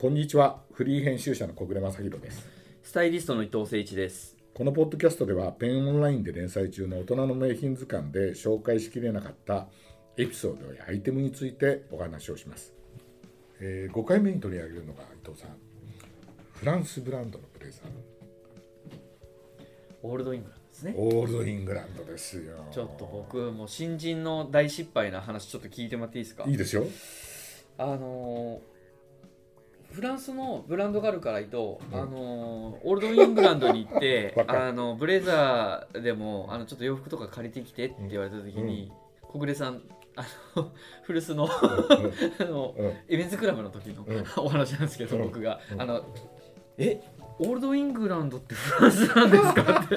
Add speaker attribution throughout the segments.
Speaker 1: こんにちはフリー編集者の小暮正弘です
Speaker 2: スタイリストの伊藤誠一です。
Speaker 1: このポッドキャストではペンオンラインで連載中の大人の名品図鑑で紹介しきれなかったエピソードやアイテムについてお話をします、えー5回目に取り上げるのが伊藤さんフランスブランドのブレザー
Speaker 2: オールドイングランドですね。
Speaker 1: オールドイングランドですよ
Speaker 2: ちょっと僕もう新人の大失敗な話ちょっと聞いてもらっていいですか
Speaker 1: いいですよ
Speaker 2: あのーフランスのブランドがあるからいと、
Speaker 1: うん
Speaker 2: あのーオールドイングランドに行って
Speaker 1: わかる
Speaker 2: あのブレザーでもあのちょっと洋服とか借りてきてって言われた時に、小暮さんあの古巣の あの
Speaker 1: うん
Speaker 2: エメンズクラブの時の
Speaker 1: うん
Speaker 2: お話なんですけど、
Speaker 1: うん
Speaker 2: 僕が、
Speaker 1: うん
Speaker 2: あのえオールドイングランドってフランスなんですかっ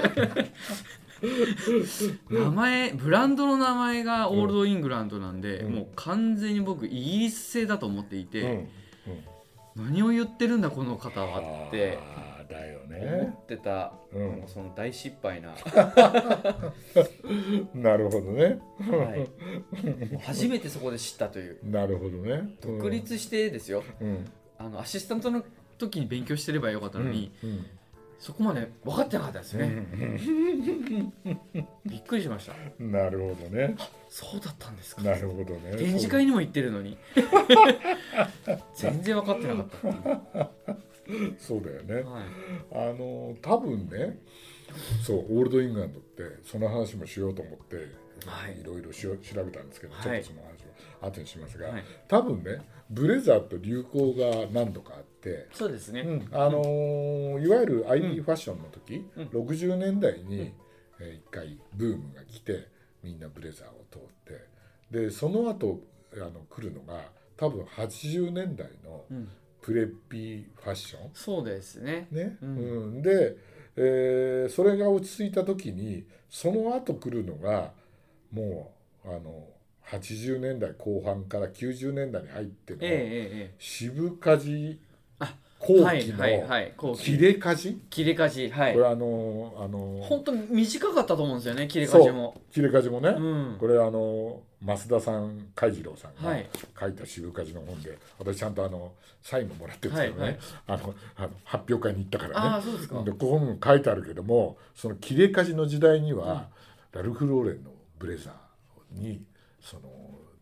Speaker 2: て名前ブランドの名前がオールドイングランドなんで、
Speaker 1: うん
Speaker 2: もう完全に僕イギリス製だと思ってい
Speaker 1: うん
Speaker 2: て、何を言ってるんだこの方はって
Speaker 1: あーだよ
Speaker 2: 思
Speaker 1: ね
Speaker 2: ってた、
Speaker 1: うん
Speaker 2: もうその大失 敗な、は
Speaker 1: なるほどね
Speaker 2: い、もう初めてそこで知ったという
Speaker 1: なるほどね
Speaker 2: 独立してですよ
Speaker 1: うん
Speaker 2: あのアシスタントの時に勉強してればよかった
Speaker 1: うん
Speaker 2: のに、
Speaker 1: うん
Speaker 2: そこまで分かってなかったです
Speaker 1: う
Speaker 2: ね、
Speaker 1: ん
Speaker 2: びっくりしました
Speaker 1: なるほどね。
Speaker 2: そうだったんですか
Speaker 1: なるほどね。
Speaker 2: 展示会にも行ってるの に全然分かってなかったっていう
Speaker 1: そうだよね。
Speaker 2: はい
Speaker 1: あの多分ね、そうオールドイングランドってその話もしようと思って、
Speaker 2: はい
Speaker 1: いろいろしよ調べたんですけど、
Speaker 2: はい
Speaker 1: ちょっとその話を後にしますが、
Speaker 2: はい
Speaker 1: 多分ねブレザーと流行が何度かあって。
Speaker 2: そうですね、
Speaker 1: うんあのーいわゆる IB ファッションの時、
Speaker 2: うん
Speaker 1: 60年代に、
Speaker 2: うん
Speaker 1: えー一回ブームが来てみんなブレザーを通ってでその後あの来るのが多分80年代の
Speaker 2: うん
Speaker 1: プレッピーファッション、
Speaker 2: そうですね
Speaker 1: ね
Speaker 2: う
Speaker 1: うんんで、えーそれが落ち着いた時にその後来るのがもうあの80年代後半から90年代に入っての、
Speaker 2: えええええ
Speaker 1: 渋かじ
Speaker 2: あ
Speaker 1: 後
Speaker 2: えはい
Speaker 1: 期の
Speaker 2: はいはい後
Speaker 1: 切
Speaker 2: 期
Speaker 1: れかじ
Speaker 2: 切れかじはい
Speaker 1: これあのあの
Speaker 2: 本当短かったと思うんですよね切れかじも
Speaker 1: 切れかじもね、
Speaker 2: うん
Speaker 1: これあの増田さん海次郎さん
Speaker 2: は
Speaker 1: が
Speaker 2: い
Speaker 1: 書いた渋かじの本で、私ちゃんとあのサインももらってるんですけどね、
Speaker 2: はいはい
Speaker 1: あのあの発表会に行ったからね
Speaker 2: ああそうですか
Speaker 1: でここにも書いてあるけどもその切れかじの時代には、ラルフ・ローレンのブレザーにその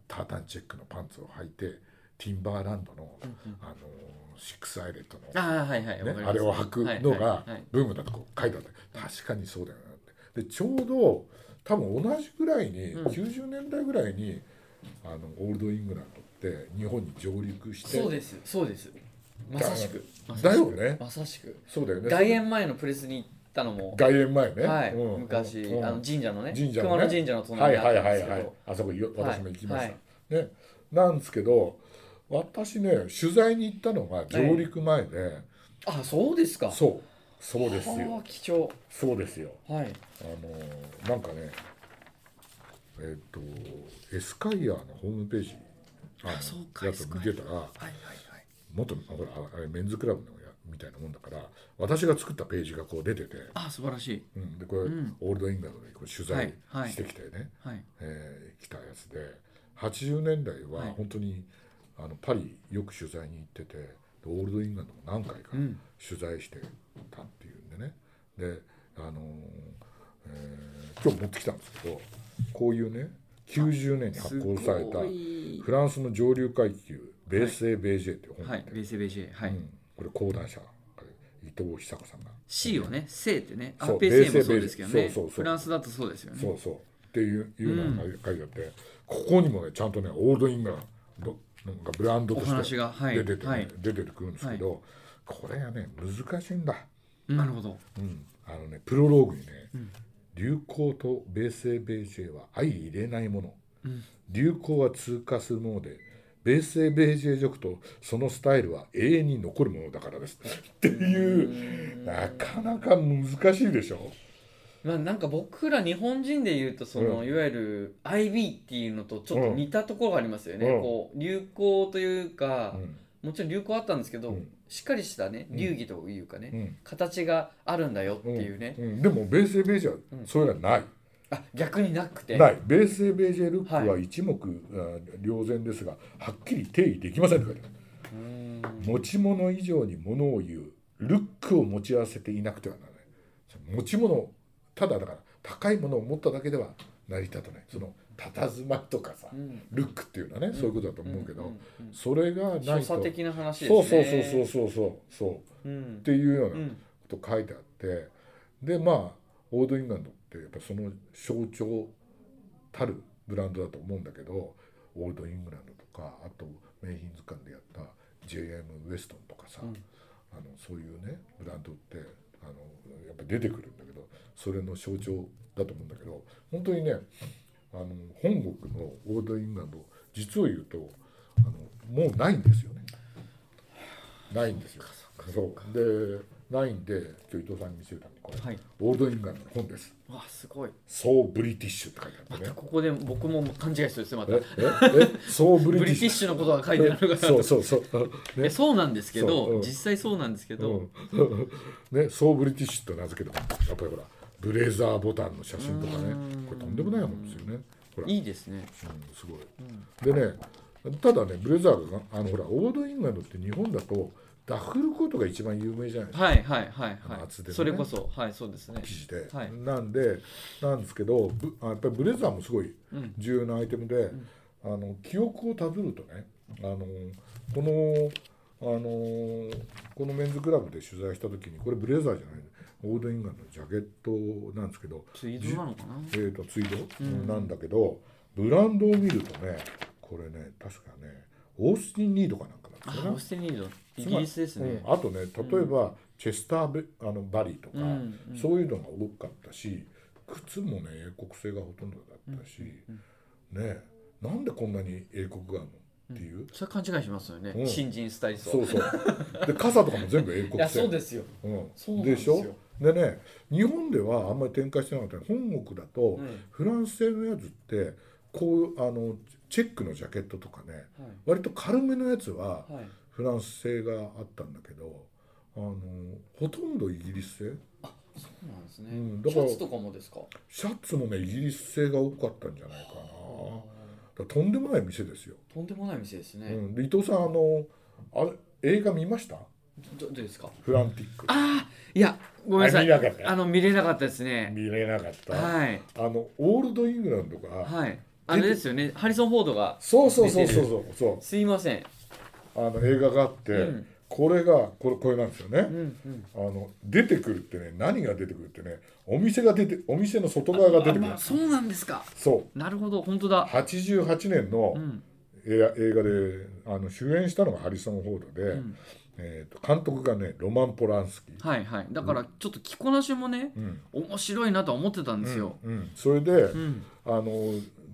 Speaker 1: タータンチェックのパンツを履いてティンバーランドの,、あのシックス・アイレットの
Speaker 2: ああはいはい
Speaker 1: ね
Speaker 2: わかり、ます
Speaker 1: あれを履くの
Speaker 2: は
Speaker 1: が
Speaker 2: いはいはい
Speaker 1: ブームだとこう書いてあった、確かにそうだよなってでちょうど多分同じぐらいに、
Speaker 2: うん
Speaker 1: 90年代ぐらいにあのオールドイングランドって日本に上陸して
Speaker 2: そうですそうですまさしくまさしく
Speaker 1: だよね
Speaker 2: まさしく
Speaker 1: そうだよね
Speaker 2: 外苑前のプレスに行ったのも
Speaker 1: 外苑前ね、
Speaker 2: はい、
Speaker 1: うん
Speaker 2: 昔、
Speaker 1: うん
Speaker 2: あの神社のね
Speaker 1: 神社のね
Speaker 2: 熊野神社の
Speaker 1: は
Speaker 2: 隣
Speaker 1: い
Speaker 2: にあっ
Speaker 1: はい
Speaker 2: たん
Speaker 1: はい
Speaker 2: ですけど、
Speaker 1: はいあそこよ
Speaker 2: はい
Speaker 1: 私も行きました、
Speaker 2: はい
Speaker 1: ねなんですけど私ね取材に行ったのが上陸前で、
Speaker 2: あそうですか
Speaker 1: そうそうです
Speaker 2: は
Speaker 1: よ
Speaker 2: あ貴重
Speaker 1: そうですよ
Speaker 2: はい
Speaker 1: あのなんかねえっ、とエスカイアのホームページの
Speaker 2: あそうか
Speaker 1: やつを見てたら
Speaker 2: はいはいはい
Speaker 1: 元ほらあれメンズクラブのやみたいなもんだから私が作ったページがこう出てて、
Speaker 2: あ素晴らしい
Speaker 1: うん、でこれ、
Speaker 2: うん
Speaker 1: オールドイングランドでこう取材
Speaker 2: はいはい
Speaker 1: してきてね、
Speaker 2: はい
Speaker 1: えー来たやつで80年代
Speaker 2: はい
Speaker 1: は本当に、あのパリよく取材に行っててでオールドイングランドも何回か
Speaker 2: うん
Speaker 1: 取材してたっていうんでねであのーえー今日持ってきたんですけどこういうね90年に発行された
Speaker 2: い
Speaker 1: フランスの上流階級「ベーセベージェ」っていう本が
Speaker 2: は
Speaker 1: あっ
Speaker 2: い
Speaker 1: て、
Speaker 2: ベーセベージェは
Speaker 1: う
Speaker 2: い、
Speaker 1: ん、これ講談社伊藤久子さんが
Speaker 2: C をね「セってねア
Speaker 1: そう
Speaker 2: ペセもそうですけどね
Speaker 1: ベーセベージェそうそうそう
Speaker 2: フランスだとそうですよね
Speaker 1: そうそうっていういうのが書いてあって、ここにもねちゃんとねオールドイングランドなんかブランドと
Speaker 2: お話
Speaker 1: して
Speaker 2: がはい
Speaker 1: 出ててね、
Speaker 2: はい
Speaker 1: 出てくるんですけど、これがね難しいんだ、
Speaker 2: なるほど
Speaker 1: うん、あのねプロローグにね、流行と米西米ジェは相入れないもの、流行は通過するもので米西米ジェ族とそのスタイルは永遠に残るものだからですっていうなかなか難しいでしょ
Speaker 2: まあなんか僕ら日本人で言うとその、
Speaker 1: うん
Speaker 2: いわゆる IB っていうのとちょっと似たところがありますよね、
Speaker 1: うん
Speaker 2: こう流行というか、
Speaker 1: うん
Speaker 2: もちろん流行あったんですけど、
Speaker 1: うん
Speaker 2: しっかりしたね流儀というかね、
Speaker 1: うん
Speaker 2: 形があるんだよっていうね、
Speaker 1: うんでも米西米ジェはそれがない、
Speaker 2: あ逆になくて
Speaker 1: ないベースベージェルック
Speaker 2: は
Speaker 1: は一目、あー瞭然ですがはっきり定義できませんって書いてある
Speaker 2: うん
Speaker 1: 持ち物以上に物を言うルックを持ち合わせていなくてはならないその持ち物ただだから高いものを持っただけでは成り立たないその佇まいとかさ
Speaker 2: うん
Speaker 1: ルックっていうのはねそういうことだと思うけ
Speaker 2: ん
Speaker 1: ど
Speaker 2: んうん
Speaker 1: それがな
Speaker 2: 所
Speaker 1: いと
Speaker 2: 作的な話です
Speaker 1: そ
Speaker 2: ね
Speaker 1: うそうそうそうそうそうそう
Speaker 2: う
Speaker 1: っ
Speaker 2: ん
Speaker 1: ていうよう
Speaker 2: う
Speaker 1: なんこと書いてあってでまあオールドイングランドってやっぱその象徴たるブランドだと思うんだけどオールドイングランドとかあと名品図鑑でやった JM ウエストンとかさ、
Speaker 2: うん
Speaker 1: あのそういうねブランドってあのやっぱ出てくるんだけどそれの象徴だと思うんだけど本当にねあの本国のオールドイングランド実を言うとあのもうないんですよね。ないんですよ。そうでないんで今日伊藤さんに見せるためにこれ、
Speaker 2: はい
Speaker 1: オールドイングランドの本です。
Speaker 2: わあすごい
Speaker 1: ソーブリティッシュって書いてあ
Speaker 2: ま
Speaker 1: るんで
Speaker 2: た
Speaker 1: ね。
Speaker 2: ここで僕も勘違いするんですよまた
Speaker 1: えええソーブ
Speaker 2: ブ
Speaker 1: リティッ
Speaker 2: リティッ
Speaker 1: シュ。
Speaker 2: シュのことが書いてあるのかな
Speaker 1: そう
Speaker 2: と
Speaker 1: そうそう。
Speaker 2: え
Speaker 1: ね。
Speaker 2: そうなんですけ
Speaker 1: そうう
Speaker 2: ど
Speaker 1: ん
Speaker 2: 実際そうなんですけ
Speaker 1: う
Speaker 2: ど
Speaker 1: んね、ソーブリティッシュと名付けた本やっぱりほらブレザーボタンの写真とかね
Speaker 2: うん
Speaker 1: これとんでもない本ですよねほら、うん、
Speaker 2: いいですね
Speaker 1: すごい、でねただねブレザーがあのほらオールドイングランドって日本だとダッフルコートが一番有名じゃないですか
Speaker 2: はいはいはい
Speaker 1: あの
Speaker 2: は
Speaker 1: 厚手の
Speaker 2: い
Speaker 1: ね
Speaker 2: それこそはいそうですね
Speaker 1: 生地で、
Speaker 2: はい
Speaker 1: なんでなんですけどぶあやっぱりブレザーもすごい
Speaker 2: うん
Speaker 1: 重要なアイテムで、あの記憶をたどるとねあのこのあのこのメンズクラブで取材した時にこれブレザーじゃないオールドイングランドのジャケットなんですけど、
Speaker 2: ツイードなのかな
Speaker 1: えー、とツイード
Speaker 2: うん
Speaker 1: なんだけど、ブランドを見るとねこれね確かねオースティン・ニードかなんかなんです
Speaker 2: あ
Speaker 1: よ
Speaker 2: オー
Speaker 1: ね。
Speaker 2: スティン・ニードイギリスですね
Speaker 1: うんあとね例えば、チェスターベあのバリーとか、
Speaker 2: うんうん
Speaker 1: そういうのが多かったし靴もね英国製がほとんどだったし、ねえなんでこんなに英国があるのっていう、
Speaker 2: それ勘違いしますよね、
Speaker 1: うん
Speaker 2: 新人スタイリスト
Speaker 1: そうそうで傘とかも全部英
Speaker 2: い
Speaker 1: 国
Speaker 2: や
Speaker 1: 製
Speaker 2: そうですよ
Speaker 1: うん
Speaker 2: そうなん
Speaker 1: で
Speaker 2: で
Speaker 1: し
Speaker 2: すよ
Speaker 1: ょでね日本ではあんまり展開してなかったけど本国だと、
Speaker 2: うん
Speaker 1: フランス製のやつってこうあのチェックのジャケットとかね
Speaker 2: は
Speaker 1: 割と軽めのやつは、
Speaker 2: い、はい、
Speaker 1: フランス製があったんだけどあのほとんどイギリス製
Speaker 2: そうなんですね、
Speaker 1: うんだから
Speaker 2: シャツとかもですか
Speaker 1: シャツもねイギリス製が多かったんじゃないかなだからとんでもない店ですよ、
Speaker 2: とんでもない店です
Speaker 1: う
Speaker 2: ね、
Speaker 1: ん、で伊藤さんあのあれ映画見ました
Speaker 2: どどうですか
Speaker 1: フランティック
Speaker 2: ああいやごめんなさい
Speaker 1: あ見れなかった
Speaker 2: あの見れなかったですね
Speaker 1: 見れなかった、
Speaker 2: はい
Speaker 1: あのオールドイングランドが、
Speaker 2: はいあれですよねハリソン・フォードが
Speaker 1: そうそうそうそうそうそ
Speaker 2: すいません
Speaker 1: うあの映画があって、
Speaker 2: うん
Speaker 1: これがこれこれなんですよね、
Speaker 2: うんうん
Speaker 1: あの出てくるってね何が出てくるってねお店が出てお店の外側が出てくる、
Speaker 2: あまあそうなんですか
Speaker 1: そう
Speaker 2: なるほど本当だ
Speaker 1: 88年の、
Speaker 2: うん
Speaker 1: 映画映画であの主演したのがハリソン・フォードで、
Speaker 2: うん
Speaker 1: えー、と監督がねロマン・ポランスキー、
Speaker 2: はいはいだからちょっと着こなしもね
Speaker 1: うん
Speaker 2: 面白いなとは思ってたんですよ
Speaker 1: うん、それで、
Speaker 2: うん
Speaker 1: あの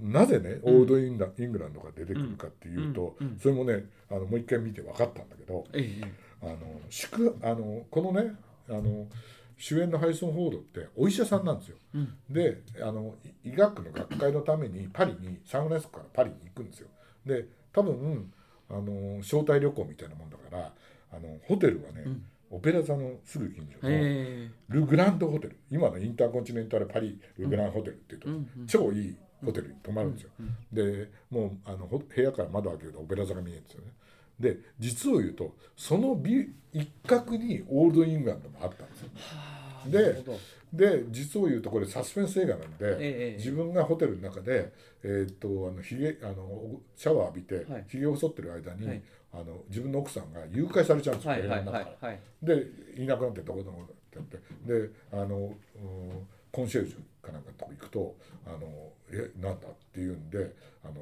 Speaker 1: なぜねオールドインラ、イングランドが出てくるかっていうと、
Speaker 2: うんうん
Speaker 1: それもねあのもう一回見て分かったんだけど
Speaker 2: えええ
Speaker 1: あの宿あのこのねあの主演のハリソン・フォードってお医者さんなんですよ。
Speaker 2: えうん
Speaker 1: であのい医学の学会のためにパリにサンフランシスコからパリに行くんですよで多分あの招待旅行みたいなもんだからあのホテルはね、
Speaker 2: ん
Speaker 1: オペラ座のすぐ近所の
Speaker 2: へえ
Speaker 1: ルグランドホテル今のインターコンチネンタルパリルグランホテルっていうと、
Speaker 2: うんうん
Speaker 1: 超いいホテルに泊まるんですよ、でもうあのほ部屋から窓開けるとオペラ座が見えるんですよねで実を言うとそのビ一角にオールドイングランドもあったんですよ
Speaker 2: はあ
Speaker 1: で
Speaker 2: なるほど
Speaker 1: で実を言うとこれサスペンス映画なんで、
Speaker 2: ええ
Speaker 1: 自分がホテルの中で、えーっとあのひげあのシャワー浴びて
Speaker 2: はい
Speaker 1: ひげ、を剃ってる間に、
Speaker 2: はい
Speaker 1: あの自分の奥さんが誘拐されちゃうんですよ、
Speaker 2: はいはい
Speaker 1: 部屋の
Speaker 2: は
Speaker 1: 中か
Speaker 2: いはい
Speaker 1: らでいなくなってどこどこってやってであのうんコンシェルジュかなんかのとこ行くと「あのえなんだ?」って言うんであの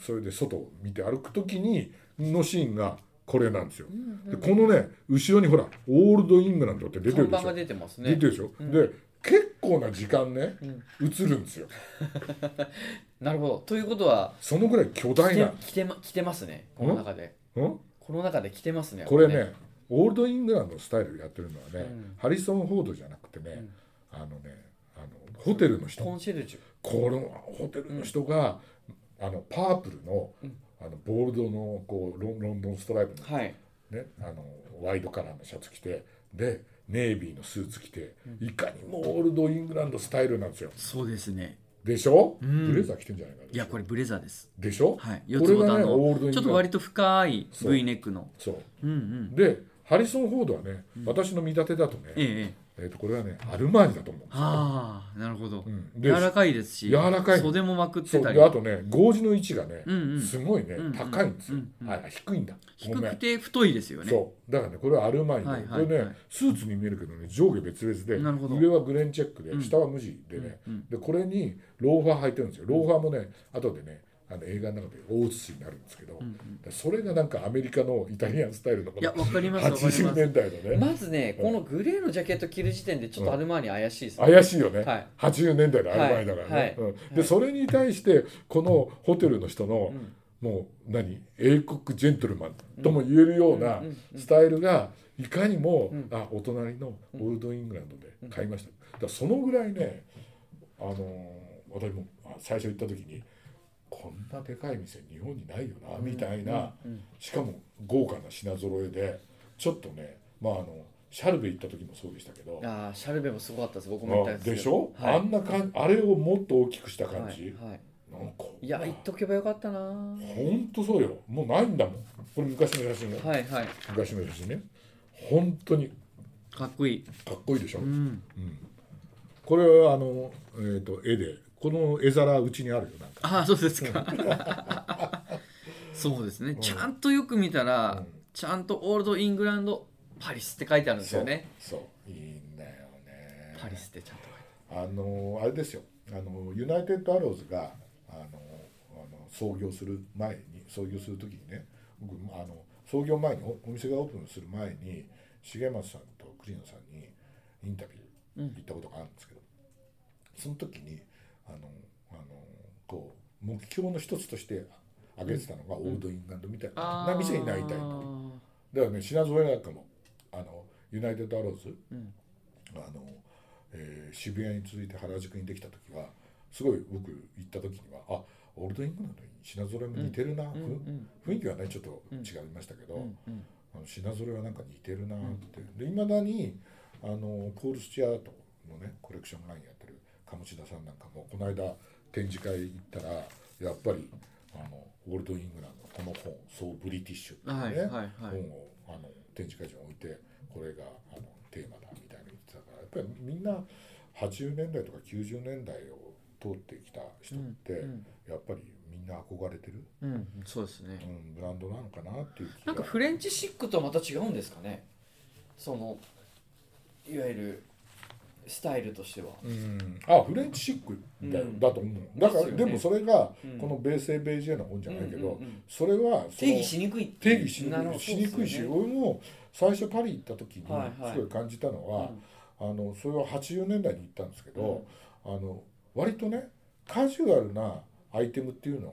Speaker 1: それで外を見て歩く時にのシーンがこれなんですよ。でこのね後ろにほら「オールドイングランド」って出て
Speaker 2: 看
Speaker 1: るで
Speaker 2: 板
Speaker 1: しょ
Speaker 2: が。出てます
Speaker 1: 出
Speaker 2: ね
Speaker 1: てるでしょ、で結構な時間ね、映るんですよ
Speaker 2: なるほどということは
Speaker 1: そのぐらい巨
Speaker 2: 着
Speaker 1: 大
Speaker 2: て
Speaker 1: な、
Speaker 2: 着てま着てますねこの中で
Speaker 1: うん、
Speaker 2: この中で着てますね
Speaker 1: これ
Speaker 2: やっ
Speaker 1: ねオールドイングランドのスタイルやってるのはね、
Speaker 2: うん
Speaker 1: ハリソン・フォードじゃなくてね、あのねあのホテルの
Speaker 2: ぱ
Speaker 1: 人
Speaker 2: ねコ
Speaker 1: こ
Speaker 2: ンシェルジュ
Speaker 1: のホテルの人が、あのパープルの,、
Speaker 2: うん
Speaker 1: あのボールドのこうロンロンドンストライプの
Speaker 2: はい
Speaker 1: ね、あのワイドカラーのシャツ着てでネイビーのスーツ着ていかにもオールドイングランドスタイルなんですよ。
Speaker 2: そうですね
Speaker 1: でしょ、
Speaker 2: うん
Speaker 1: ブレザー着てんじゃないかない
Speaker 2: やこれブレザーです
Speaker 1: でしょ、
Speaker 2: はい四
Speaker 1: こ
Speaker 2: つ
Speaker 1: れ
Speaker 2: ボ
Speaker 1: が
Speaker 2: タン
Speaker 1: ね
Speaker 2: の
Speaker 1: オールドイン
Speaker 2: ちょっと
Speaker 1: グラン
Speaker 2: 割と深い
Speaker 1: そう
Speaker 2: V ネックの
Speaker 1: そう
Speaker 2: うんうん
Speaker 1: でハリソン・フォードはね、私の見立てだとね、
Speaker 2: ええ
Speaker 1: え
Speaker 2: ええ
Speaker 1: ー、とこれはねアルマーニだと思うんですよ
Speaker 2: ああなるほど、
Speaker 1: うん、で
Speaker 2: 柔らかいですし
Speaker 1: 柔らかい
Speaker 2: 袖もまくって
Speaker 1: そう
Speaker 2: たり
Speaker 1: であとねゴージの位置がね、
Speaker 2: うんうん
Speaker 1: すごいね、
Speaker 2: うんうん
Speaker 1: 高いんですよ、
Speaker 2: うんうん
Speaker 1: あ低いんだ
Speaker 2: 低
Speaker 1: ごめん
Speaker 2: くて太いですよね
Speaker 1: そうだからねこれはアルマーニで、
Speaker 2: はいはい
Speaker 1: これ
Speaker 2: は
Speaker 1: ね
Speaker 2: い
Speaker 1: スーツに見えるけどね上下別々で
Speaker 2: なるほど
Speaker 1: 上はグレンチェックで、
Speaker 2: うん
Speaker 1: 下は無地でね、
Speaker 2: うんうん
Speaker 1: でこれにローファー履いてるんですよローファーもね後でねあの映画の中で大写しになるんですけど、
Speaker 2: うん
Speaker 1: それがなんかアメリカのイタリアンスタイルのこ
Speaker 2: いや
Speaker 1: の
Speaker 2: わかりますわかり
Speaker 1: 80
Speaker 2: ます
Speaker 1: 年代のね、
Speaker 2: まずねこのグレーのジャケット着る時点でちょっとアルマーニ怪しいですね
Speaker 1: 怪しいよね、
Speaker 2: はい
Speaker 1: 80年代のアルバイトだからね、
Speaker 2: はいはい
Speaker 1: うんでそれに対してこのホテルの人の、
Speaker 2: ん
Speaker 1: もう何英国ジェントルマンとも言えるような
Speaker 2: うんうん
Speaker 1: スタイルがいかにも、
Speaker 2: うん
Speaker 1: あお隣のオールドイングランドで買いました、だからそのぐらいねあのー私も最初行った時にこんなでかい店日本にないよなみたいな、
Speaker 2: うん
Speaker 1: しかも豪華な品揃えでちょっとねまああのシャルベ行った時もそうでしたけど、
Speaker 2: ああシャルベもすごかったです僕も行った
Speaker 1: あ
Speaker 2: んですけ
Speaker 1: で
Speaker 2: ど
Speaker 1: しょ、
Speaker 2: はい
Speaker 1: あんな感じあれをもっと大きくした感じ、
Speaker 2: はいはい
Speaker 1: なんか
Speaker 2: いや言っとけばよかったなは
Speaker 1: ほんとそうよもうないんだもんこれ昔の写真ね
Speaker 2: いはい
Speaker 1: 昔の写真ね本当に
Speaker 2: かっこいい
Speaker 1: かっこいいでしょ、
Speaker 2: うん
Speaker 1: これはあの、えー、と絵でこの絵皿うちにあるよなんか
Speaker 2: ああそうですか そうですねちゃんとよく見たら
Speaker 1: うん
Speaker 2: ちゃんとオールドイングランドパリスって書いてあるんですよね
Speaker 1: そうそういいんだよね
Speaker 2: パリスってちゃんと書いてあ
Speaker 1: あのあれですよあのユナイテッドアローズがあのあの創業する前に創業する時にね僕あの創業前におお店がオープンする前に重松さんと栗野さんにインタビュー行ったことがあるんですけど、その時にあのあのこう目標の一つとして挙げてたのがオールドイングランドみたい
Speaker 2: るあ
Speaker 1: な
Speaker 2: ー
Speaker 1: な店になりたいと。だからね品添えなんかもあのユナイテッドアローズ、
Speaker 2: うん
Speaker 1: あのえー渋谷に続いて原宿にできた時はすごい僕行った時にはあオールドイングランドに品揃えも似てるな、
Speaker 2: うんうん
Speaker 1: ふ雰囲気はねちょっと違いましたけど、
Speaker 2: うんうん
Speaker 1: あの品揃えはなんか似てるなってでいまだにあのコール・スチュアートのねコレクションラインやってる鴨志田さんなんかもこの間展示会行ったらやっぱりあのオールドイングランドこの本「そうブリティッシュ」って
Speaker 2: はい
Speaker 1: いうね、
Speaker 2: はいはい
Speaker 1: 本をあの展示会場に置いてこれがあのテーマだみたいなの言ってたからやっぱりみんな80年代とか90年代を通ってきた人って、
Speaker 2: うんうん
Speaker 1: やっぱりみんな憧れてる、
Speaker 2: うんそうです
Speaker 1: う
Speaker 2: ね
Speaker 1: ん、ブランドなのかなっていう気が
Speaker 2: なんかフレンチシックとはまた違うんですかねそのいわゆるスタイルとしては
Speaker 1: うん、あフレンチシックだ,、
Speaker 2: うん
Speaker 1: だと思うだから
Speaker 2: です
Speaker 1: で,、
Speaker 2: よね
Speaker 1: もそれが
Speaker 2: うん
Speaker 1: この「ベーセーベージェ」の本じゃないけど、
Speaker 2: うんうんうん
Speaker 1: それはその
Speaker 2: 定義しにくい
Speaker 1: 定義しに
Speaker 2: なるほ
Speaker 1: く
Speaker 2: ど
Speaker 1: いしにくいし、
Speaker 2: そうですよね
Speaker 1: 俺も最初パリ行った時に
Speaker 2: はいはい
Speaker 1: すごい感じたのは、あのそれは80年代に行ったんですけど、あの割とねカジュアルなアイテムっていうの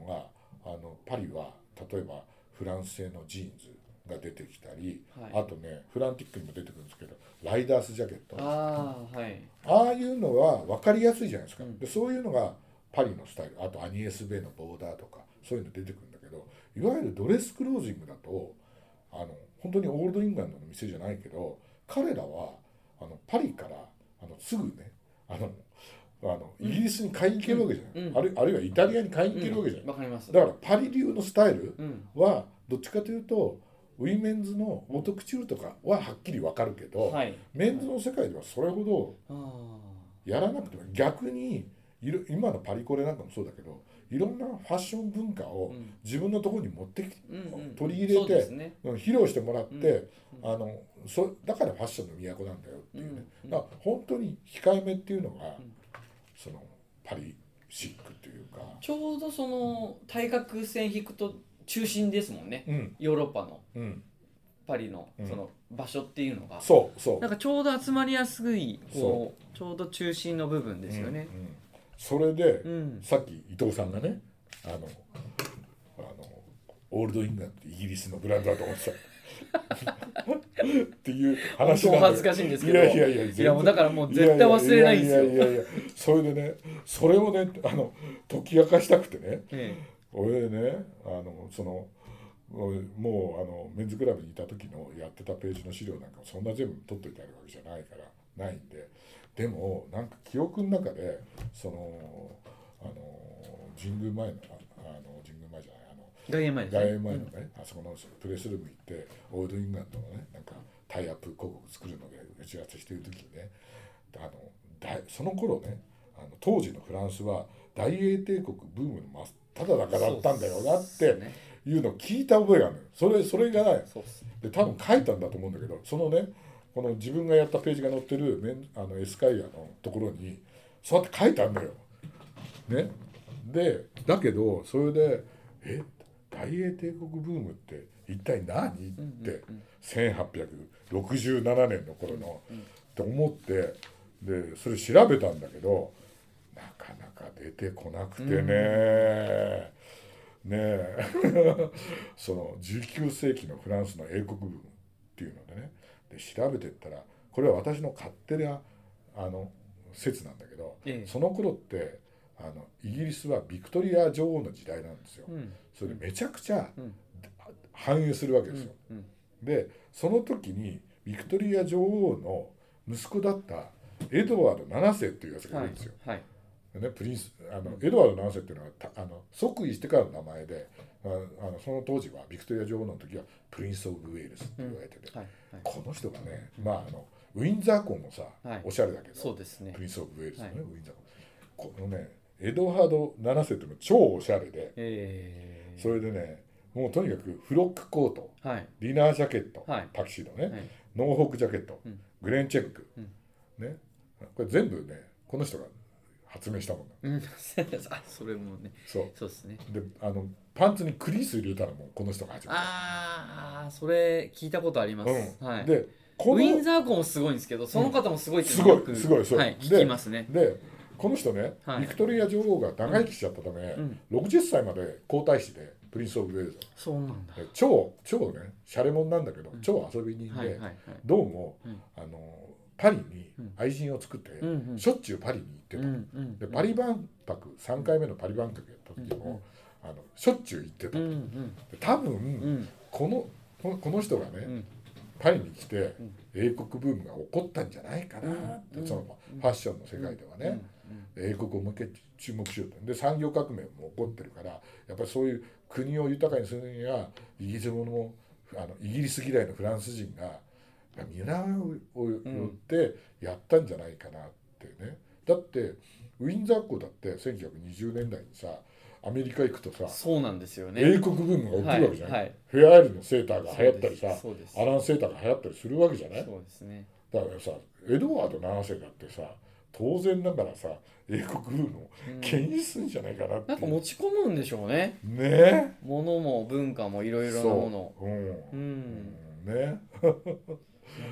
Speaker 1: があのパリは例えばフランス製のジーンズが出てきたり、
Speaker 2: は
Speaker 1: あ
Speaker 2: い
Speaker 1: とねフランティックにも出てくるんですけどライダースジャケット
Speaker 2: ああはい
Speaker 1: ああいうのは分かりやすいじゃないですか、
Speaker 2: うん
Speaker 1: でそういうのがパリのスタイルあとアニエス・ベイのボーダーとかそういうの出てくるんだけどいわゆるドレスクロージングだとあの本当にオールドイングランドの店じゃないけど彼らはあのパリからあのすぐねあのあのイギリスに買いに行けるわけじゃない、
Speaker 2: うん
Speaker 1: あるあるいはイタリアに買いに行けるわけじゃ
Speaker 2: う
Speaker 1: なんい、
Speaker 2: わかります
Speaker 1: だからパリ流のスタイル
Speaker 2: うん
Speaker 1: はどっちかというとウィメンズのオートクチュールとかははっきり分かるけど、
Speaker 2: はい
Speaker 1: メンズの世界ではそれほど
Speaker 2: あ
Speaker 1: やらなくても逆にいろ今のパリコレなんかもそうだけどいろんなファッション文化
Speaker 2: ーう
Speaker 1: を
Speaker 2: ん
Speaker 1: 自分のところに持ってき、
Speaker 2: うんうん
Speaker 1: 取り入れ
Speaker 2: そうです
Speaker 1: て、
Speaker 2: ね
Speaker 1: うん披露してもらって、
Speaker 2: う
Speaker 1: あのそだからファッションの都なんだよっていうね、
Speaker 2: うん
Speaker 1: だから本当に控えめっていうのが、
Speaker 2: ん
Speaker 1: そのパリシックというか、
Speaker 2: ちょうどその対角線引くと中心ですもんね
Speaker 1: うん
Speaker 2: ヨーロッパの
Speaker 1: うん、
Speaker 2: パリの
Speaker 1: うん
Speaker 2: その場所っていうのが、
Speaker 1: そうそう
Speaker 2: なんかちょうど集まりやすいこうちょうど中心の部分ですよね
Speaker 1: う。んうんそれで、
Speaker 2: うん
Speaker 1: さっき伊藤さんがねあのあのオールドイングランドってイギリスのブランドだと思ってたっていう話
Speaker 2: 本当お
Speaker 1: なんだけど
Speaker 2: 恥ずかしいんですけど
Speaker 1: いやいやいや全
Speaker 2: い
Speaker 1: 然
Speaker 2: やもうだからもう絶対忘れないんですよ。
Speaker 1: ややいやいやそれでねそれをねあの解き明かしたくてね
Speaker 2: え
Speaker 1: 俺ねあのその俺もうあのメンズクラブにいた時のやってたページの資料なんかもそんな全部取っといてあるわけじゃないからないんででもなんか記憶の中でそのああの神宮前のああの神宮前じゃないあの
Speaker 2: 外苑前ですね
Speaker 1: 外苑前のね、あそこのプレスルーム行ってオールドイングランドのねなんかタイアップ広告作るので打ち合わせしてる時にねあの大その頃ねあの当時のフランスは大英帝国ブームの真っただ中だったんだよなって
Speaker 2: ね
Speaker 1: いうのを聞いた覚えがあるのよそれそれがない
Speaker 2: そうっす
Speaker 1: で多分書いたんだと思うんだけどそのねこの自分がやったページが載ってるメンあのエスカイアのところにそうやって書いたんだよ。ね、でだけどそれで「え大英帝国ブームって一体何?」って1867年の頃のって思ってでそれ調べたんだけどなかなか出てこなくてね。ね えその19世紀のフランスの英国部分っていうのでねで調べてったらこれは私の勝手なあの説なんだけど、
Speaker 2: ええ
Speaker 1: その頃ってあのイギリスはビクトリア女王の時代なんですよ。
Speaker 2: うん
Speaker 1: それでめちゃくちゃ
Speaker 2: うん
Speaker 1: 繁栄するわけ
Speaker 2: う
Speaker 1: ですよ。
Speaker 2: んうん
Speaker 1: でその時にビクトリア女王の息子だったエドワード7世っていうやつがい
Speaker 2: は
Speaker 1: る
Speaker 2: い
Speaker 1: んですよ。
Speaker 2: はい
Speaker 1: ね、プリンスあの、
Speaker 2: うん
Speaker 1: エドワード7世っていうのはたあの即位してからの名前でああのその当時はビクトリア女王の時はプリンス・オブ・ウェールズって言われてて、
Speaker 2: はいはい
Speaker 1: この人がね、まあ、あのウィンザー校もさ、
Speaker 2: はい
Speaker 1: おしゃれだけど
Speaker 2: そうですね
Speaker 1: プリンス・オブ・ウェールズのね、
Speaker 2: は
Speaker 1: ウィンザー校このねエドワード7世っていうのは超おしゃれで
Speaker 2: えー
Speaker 1: それでねもうとにかくフロックコート
Speaker 2: はい
Speaker 1: ディナージャケット、
Speaker 2: はい
Speaker 1: タキシードね、
Speaker 2: はい
Speaker 1: ノーホークジャケット、
Speaker 2: うん
Speaker 1: グレンチェック、
Speaker 2: うん
Speaker 1: ね、これ全部ねこの人が発明したもんだ
Speaker 2: うん あそれもね
Speaker 1: そう
Speaker 2: そうですね
Speaker 1: であのパンツにクリース入れたのもこの人が始めた。
Speaker 2: ああそれ聞いたことあります、
Speaker 1: うん
Speaker 2: はい
Speaker 1: で
Speaker 2: ウ
Speaker 1: こ
Speaker 2: ィ
Speaker 1: の
Speaker 2: ンザー校もすごいんですけどその方もすごいってうの
Speaker 1: うん
Speaker 2: よく
Speaker 1: すごいすごいそう
Speaker 2: はい、
Speaker 1: で
Speaker 2: 聞きますね
Speaker 1: でこの人ね、
Speaker 2: はい
Speaker 1: ビクトリア女王が長生きしちゃったため、
Speaker 2: うん
Speaker 1: 60歳まで皇太子でプリンス・オブ・ウェールズ
Speaker 2: そうなんだ
Speaker 1: で超超ねシャレモンなんだけど、
Speaker 2: うん
Speaker 1: 超遊び人で、
Speaker 2: はいはいはい
Speaker 1: どうも、
Speaker 2: うん
Speaker 1: あのパリに
Speaker 2: うん
Speaker 1: 愛人を作って、
Speaker 2: うんうん
Speaker 1: しょっちゅうパリに行って
Speaker 2: う
Speaker 1: た、
Speaker 2: んうん
Speaker 1: でパリ万博3回目のパリ万博やった時も、あのしょっちゅう行ってた
Speaker 2: う
Speaker 1: と、
Speaker 2: んうん
Speaker 1: で多分、
Speaker 2: うん
Speaker 1: このこのこの人がね、
Speaker 2: うん
Speaker 1: パリに来て
Speaker 2: うん
Speaker 1: 英国ブームが起こったんじゃないかなって、
Speaker 2: うん
Speaker 1: その
Speaker 2: うん
Speaker 1: ファッションの世界ではね、
Speaker 2: うん
Speaker 1: 英国を向け注目しようってで産業革命も起こってるからやっぱりそういう国を豊かにするにはイギリスものあのイギリス嫌いのフランス人が見習をよってやったんじゃないかなってね、だってウィンザー校だって1920年代にさアメリカ行くとさ、
Speaker 2: うんそうなんですよね
Speaker 1: 英国ブームが起きるわけじゃない、
Speaker 2: はいはい
Speaker 1: フェアアイルのセーターが流行ったりさ
Speaker 2: そうです
Speaker 1: アランセーターが流行ったりするわけじゃない
Speaker 2: そうですね
Speaker 1: だからさエドワード7世だってさ当然だからさ英国ブームを
Speaker 2: うん
Speaker 1: 牽引するんじゃないかなって
Speaker 2: なんか持ち込むんでしょうね
Speaker 1: ね
Speaker 2: 物も文化もいろ
Speaker 1: え
Speaker 2: いろなものを
Speaker 1: そううん
Speaker 2: う、ん
Speaker 1: ね
Speaker 2: なる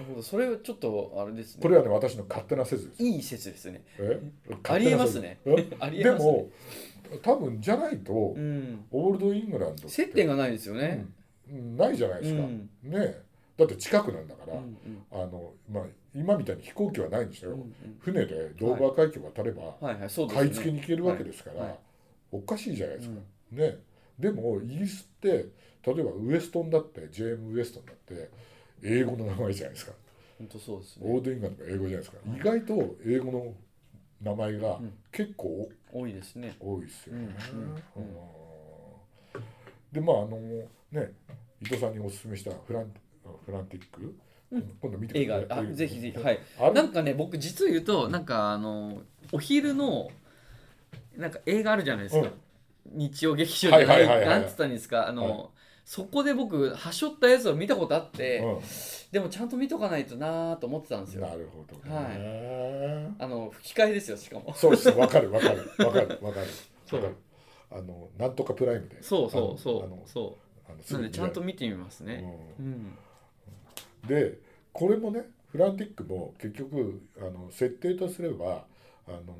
Speaker 2: ほどそれはちょっとあれですね
Speaker 1: これはね私の勝手な説です
Speaker 2: いい説ですね
Speaker 1: え
Speaker 2: ありえますね
Speaker 1: 勝手な説
Speaker 2: あり
Speaker 1: え
Speaker 2: え
Speaker 1: で
Speaker 2: ますね
Speaker 1: も多分じゃないと、
Speaker 2: うん
Speaker 1: オールドイングランドって
Speaker 2: 接点がないですよね
Speaker 1: うんないじゃないですか、
Speaker 2: うん
Speaker 1: ねえだって近くなんだか
Speaker 2: う
Speaker 1: ら、
Speaker 2: んうん
Speaker 1: あのまあ、今みたいに飛行機はないんですよ、
Speaker 2: うんうん
Speaker 1: 船でドーバー海峡渡れば、
Speaker 2: はいはいそうですね
Speaker 1: 買い付けに行けるわけですから、
Speaker 2: はいはい
Speaker 1: おかしいじゃないですか、
Speaker 2: うん
Speaker 1: ねでもイギリスって例えばウエストンだってジェーム・ウエストンだって英語の名前じゃないですか、
Speaker 2: 本当そうです
Speaker 1: オー
Speaker 2: ね
Speaker 1: ルドインガンドが英語じゃないですか、意外と英語の名前が
Speaker 2: うん
Speaker 1: 結構
Speaker 2: 多いですね
Speaker 1: 多いですよね、
Speaker 2: うんうん
Speaker 1: うんでまああのね伊藤さんにおすすめしたフランフランティック、今度見て
Speaker 2: 映
Speaker 1: だ
Speaker 2: 画
Speaker 1: さい
Speaker 2: あぜひぜひはい
Speaker 1: あれ
Speaker 2: なんかね僕実を言うとなんかあのお昼のなんか映画あるじゃないですか、日曜劇場じゃな
Speaker 1: はい
Speaker 2: い
Speaker 1: はいはいはい
Speaker 2: なんつったんですかあの、
Speaker 1: はい
Speaker 2: そこで僕はしょったやつを見たことあって、
Speaker 1: うんうん
Speaker 2: でもちゃんと見とかないとなーと思ってたんですよ
Speaker 1: なるほどね、
Speaker 2: あの吹き替えですよしかも
Speaker 1: そうですわかるわかるわかるわかる
Speaker 2: そう
Speaker 1: わかるあのなんとかプライムで
Speaker 2: そうそう
Speaker 1: あ
Speaker 2: そ
Speaker 1: の
Speaker 2: うそ
Speaker 1: あの
Speaker 2: う
Speaker 1: す
Speaker 2: な
Speaker 1: ぐ見れ
Speaker 2: んで
Speaker 1: る
Speaker 2: ちゃんと見てみますねうん
Speaker 1: うんでこれもねフランティックも結局あの設定とすればあの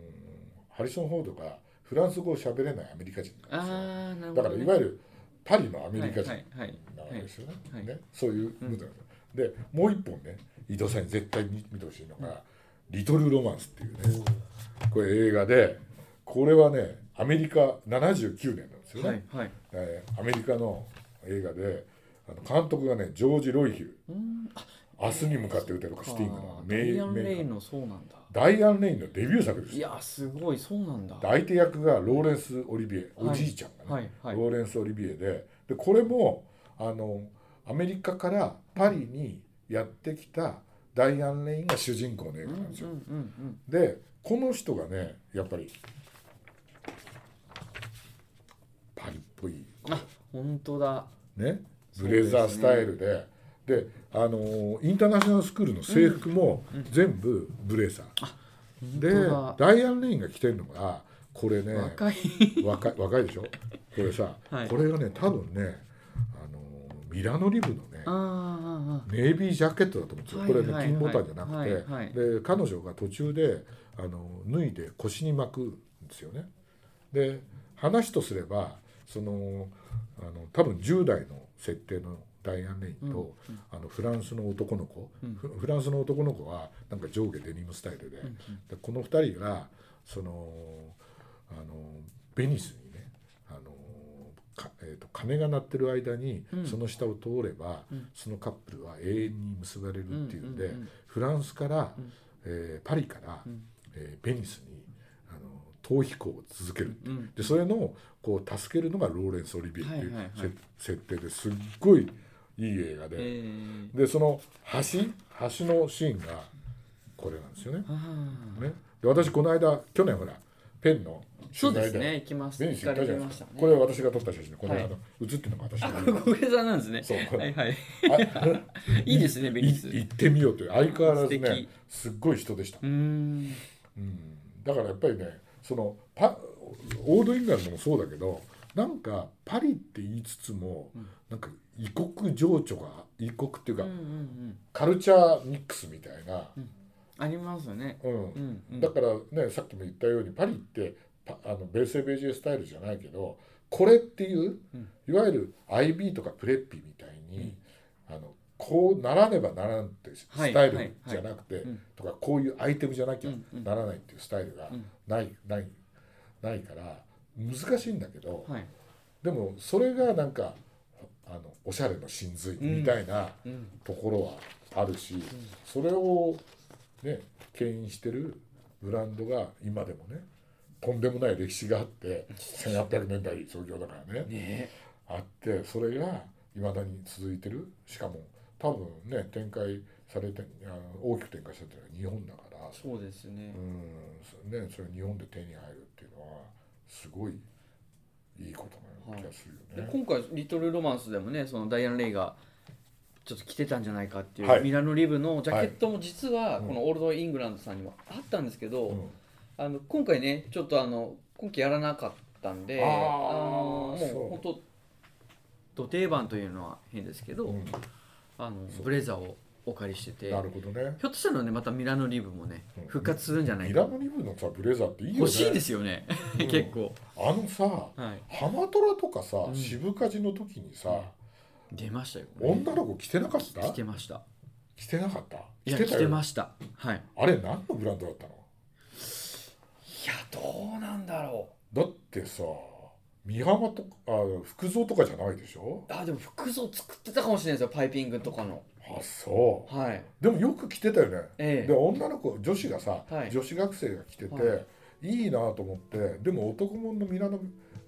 Speaker 1: ハリソン・フォードがフランス語を喋れないアメリカ人
Speaker 2: あ
Speaker 1: なんで
Speaker 2: ーな
Speaker 1: すよ
Speaker 2: る
Speaker 1: だ
Speaker 2: ほ
Speaker 1: か
Speaker 2: どね、
Speaker 1: らいわゆるパリのアメリカ人
Speaker 2: はいはい
Speaker 1: な
Speaker 2: は
Speaker 1: わ
Speaker 2: いは
Speaker 1: け
Speaker 2: い
Speaker 1: ですよね,、
Speaker 2: はい
Speaker 1: ねそういうことなんですよ、でもう一本ね伊藤さんに絶対に見てほしいのが「リトル・ロマンス」っていうね、これ映画でこれはねアメリカ79年なんですよね、
Speaker 2: はいはい
Speaker 1: えーアメリカの映画であの監督がねジョージ・ロイヒル
Speaker 2: うんあ
Speaker 1: 明日に向かって歌とかスティングの
Speaker 2: ダイアン・
Speaker 1: 名
Speaker 2: レイ
Speaker 1: 名
Speaker 2: のそうなんだ
Speaker 1: ダイアン・レインのデビュー作です
Speaker 2: い
Speaker 1: よ
Speaker 2: やすごいそうなんだ
Speaker 1: で相手役がローレンス・オリビエ、
Speaker 2: はい
Speaker 1: おじいちゃんがね、
Speaker 2: はいはい
Speaker 1: ローレンス・オリビエででこれもあのアメリカからパリにやってきたダイアン・レインが主人公の映
Speaker 2: うん
Speaker 1: 画
Speaker 2: うんう
Speaker 1: なんですよ。
Speaker 2: ん
Speaker 1: でこの人がねやっぱりパリっぽい
Speaker 2: うんあ本当だ
Speaker 1: ね
Speaker 2: そう
Speaker 1: ブ
Speaker 2: で
Speaker 1: レ
Speaker 2: すね
Speaker 1: ザースタイルで。であのーインターナショナルスクールの制服も全部ブレザー、
Speaker 2: 本
Speaker 1: でダイアン・レインが着てるのがこれね
Speaker 2: 若 い
Speaker 1: 若い若いでしょこれさ、
Speaker 2: はい
Speaker 1: これがね多分ねあのーミラノリブのね
Speaker 2: あーあ
Speaker 1: ネイビージャケットだと思うんですよ、
Speaker 2: はいはい
Speaker 1: これね金ボタンじゃなくて、
Speaker 2: はいはい
Speaker 1: で彼女が途中であの脱いで腰に巻くんですよね。で話とすればそのあの多分10代の設定のダイアン・レインと、あのフランスの男の子、フフランスの男の子はなんか上下デニムスタイルで,、でこの2人がそのあのベニスにねあのかえー、と鐘が鳴ってる間に
Speaker 2: うん
Speaker 1: その下を通れば、そのカップルは永遠に結ばれるっていうんで、
Speaker 2: うんうんうん
Speaker 1: フランスから、
Speaker 2: うん
Speaker 1: えーパリから、
Speaker 2: ん
Speaker 1: えーベニスにあの逃避行を続ける、
Speaker 2: ーうん
Speaker 1: でそれのこう助けるのがローレンス・オリビエっていう、
Speaker 2: はいはいはい
Speaker 1: せ設定ですっごいいい映画
Speaker 2: え
Speaker 1: で、
Speaker 2: ー
Speaker 1: でその橋橋のシーンがこれなんですよね。
Speaker 2: あー
Speaker 1: ねで私この間去年ほらペンの
Speaker 2: そう
Speaker 1: 取材
Speaker 2: で
Speaker 1: で
Speaker 2: すね行きました
Speaker 1: ベニス行ったじゃない
Speaker 2: ま
Speaker 1: で
Speaker 2: し
Speaker 1: す
Speaker 2: た
Speaker 1: か
Speaker 2: ね。
Speaker 1: これ私が撮った写真でこの
Speaker 2: はい
Speaker 1: 間写ってるのが私の
Speaker 2: あこれ小暮さんなんですね
Speaker 1: そう
Speaker 2: はいはい
Speaker 1: あ
Speaker 2: いいですねベニス
Speaker 1: い行ってみようという相変わらず
Speaker 2: 素
Speaker 1: ね
Speaker 2: 敵
Speaker 1: すっごい人でした、
Speaker 2: うーん
Speaker 1: うん、だからやっぱりねそのパオールイングランドもそうだけどなんかパリって言いつつも、なんか異国情緒が異国っていうか、
Speaker 2: うんうんうん
Speaker 1: カルチャーミックスみたいな、
Speaker 2: ありますよね
Speaker 1: うん
Speaker 2: うんうん
Speaker 1: だからねさっきも言ったようにパリってパあのベーセベージェスタイルじゃないけどこれっていう、
Speaker 2: うん
Speaker 1: いわゆる IB とかプレッピーみたいに、あのこうならねばならんってス
Speaker 2: はい
Speaker 1: タイ
Speaker 2: はい
Speaker 1: ルじゃなくて、
Speaker 2: うん
Speaker 1: とかこういうアイテムじゃなきゃ
Speaker 2: うんうん
Speaker 1: ならないっていうスタイルが
Speaker 2: うん
Speaker 1: ない、ないないから難しいんだけど、
Speaker 2: はい
Speaker 1: でもそれがなんかあのおしゃれの真髄みたいな。
Speaker 2: うん
Speaker 1: ところはあるし、それをね牽引してるブランドが今でもねとんでもない歴史があって1800年代創業だからね
Speaker 2: ね
Speaker 1: あってそれがいまだに続いてるしかも多分ね展開されてあの大きく展開したっていうのは日本だから
Speaker 2: そうですね
Speaker 1: うんねそれ日本で手に入るっていうのはすごいいいことな気がする
Speaker 2: で
Speaker 1: よね。
Speaker 2: 今回「リトル・ロマンス」でもねそのダイアン・レイがちょっと着てたんじゃないかっていう、
Speaker 1: はい
Speaker 2: ミラノ・リブのジャケットも実は
Speaker 1: うん
Speaker 2: このオールド・イングランドさんにもあったんですけど、
Speaker 1: うん
Speaker 2: あの今回ねちょっとあの今期やらなかったんで
Speaker 1: あー
Speaker 2: の
Speaker 1: そ
Speaker 2: も
Speaker 1: う
Speaker 2: う本当ど定番というのは変ですけど、
Speaker 1: うん
Speaker 2: あのブレザーをお借りしててひ
Speaker 1: な
Speaker 2: ょ
Speaker 1: るほどね。
Speaker 2: っとしたらねまたミラノ・リブもね
Speaker 1: うん
Speaker 2: 復活するんじゃない
Speaker 1: ミ
Speaker 2: か、
Speaker 1: ラノリブのさブレザーっていいよね。
Speaker 2: 欲しいですよね、
Speaker 1: うん
Speaker 2: 結構、
Speaker 1: あのさ、
Speaker 2: はい、
Speaker 1: ハマトラとかさ、
Speaker 2: ん
Speaker 1: 渋かじの時にさ、
Speaker 2: 出ましたよ、
Speaker 1: 女の子着てなかった
Speaker 2: 着てました
Speaker 1: 着てなかった
Speaker 2: いや着
Speaker 1: た
Speaker 2: てましたはい
Speaker 1: あれ何のブランドだったの
Speaker 2: いやどうなんだろ
Speaker 1: だってさ美浜とかあ服装とかじゃないでしょ
Speaker 2: うあでも服装作ってたかもしれないですよパイピングとかの
Speaker 1: あそ
Speaker 2: はい、
Speaker 1: うでもよく着てたよね、
Speaker 2: ええ
Speaker 1: で女の子女子がさ、
Speaker 2: はい
Speaker 1: 女子学生が着てて、、
Speaker 2: はい
Speaker 1: いなと思ってでも男物のミラノ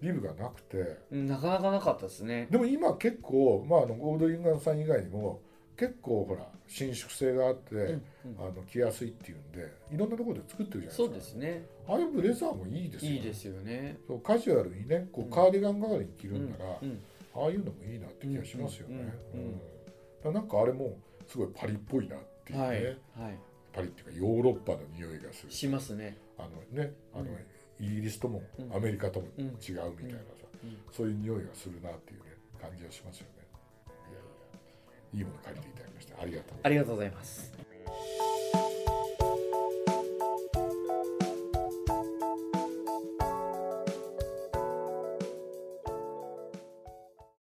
Speaker 1: リブがなくて
Speaker 2: うんなかなかなかったですね
Speaker 1: でも今結構、まあ、あのゴールドリンガーさん以外にも結構ほら伸縮性があって、
Speaker 2: うんうん
Speaker 1: あの着やすいっていうんでいろんなところで作ってるじゃないですか
Speaker 2: そうですね
Speaker 1: ああいうブレザーもいいですよね
Speaker 2: いいですよね
Speaker 1: そうカジュアルにねこ
Speaker 2: うん
Speaker 1: うカーディガン代わりに着る
Speaker 2: うん
Speaker 1: なら、
Speaker 2: ん
Speaker 1: ああいうのもいいなって気がしますよね、
Speaker 2: うんうんうんうん
Speaker 1: だからなんかあれもすごいパリっぽいなっていうね、
Speaker 2: はい、はい、
Speaker 1: パリっていうかヨーロッパの匂いがする
Speaker 2: しますね
Speaker 1: あのねあの、
Speaker 2: うん
Speaker 1: イギリスとも
Speaker 2: うん
Speaker 1: アメリカとも違
Speaker 2: うん
Speaker 1: うみたいなさ、
Speaker 2: うん
Speaker 1: そういう匂いがするなっていうね感じがしますよねいやいやいいもの借りていただきましてありがとうございます
Speaker 2: ありがとうございます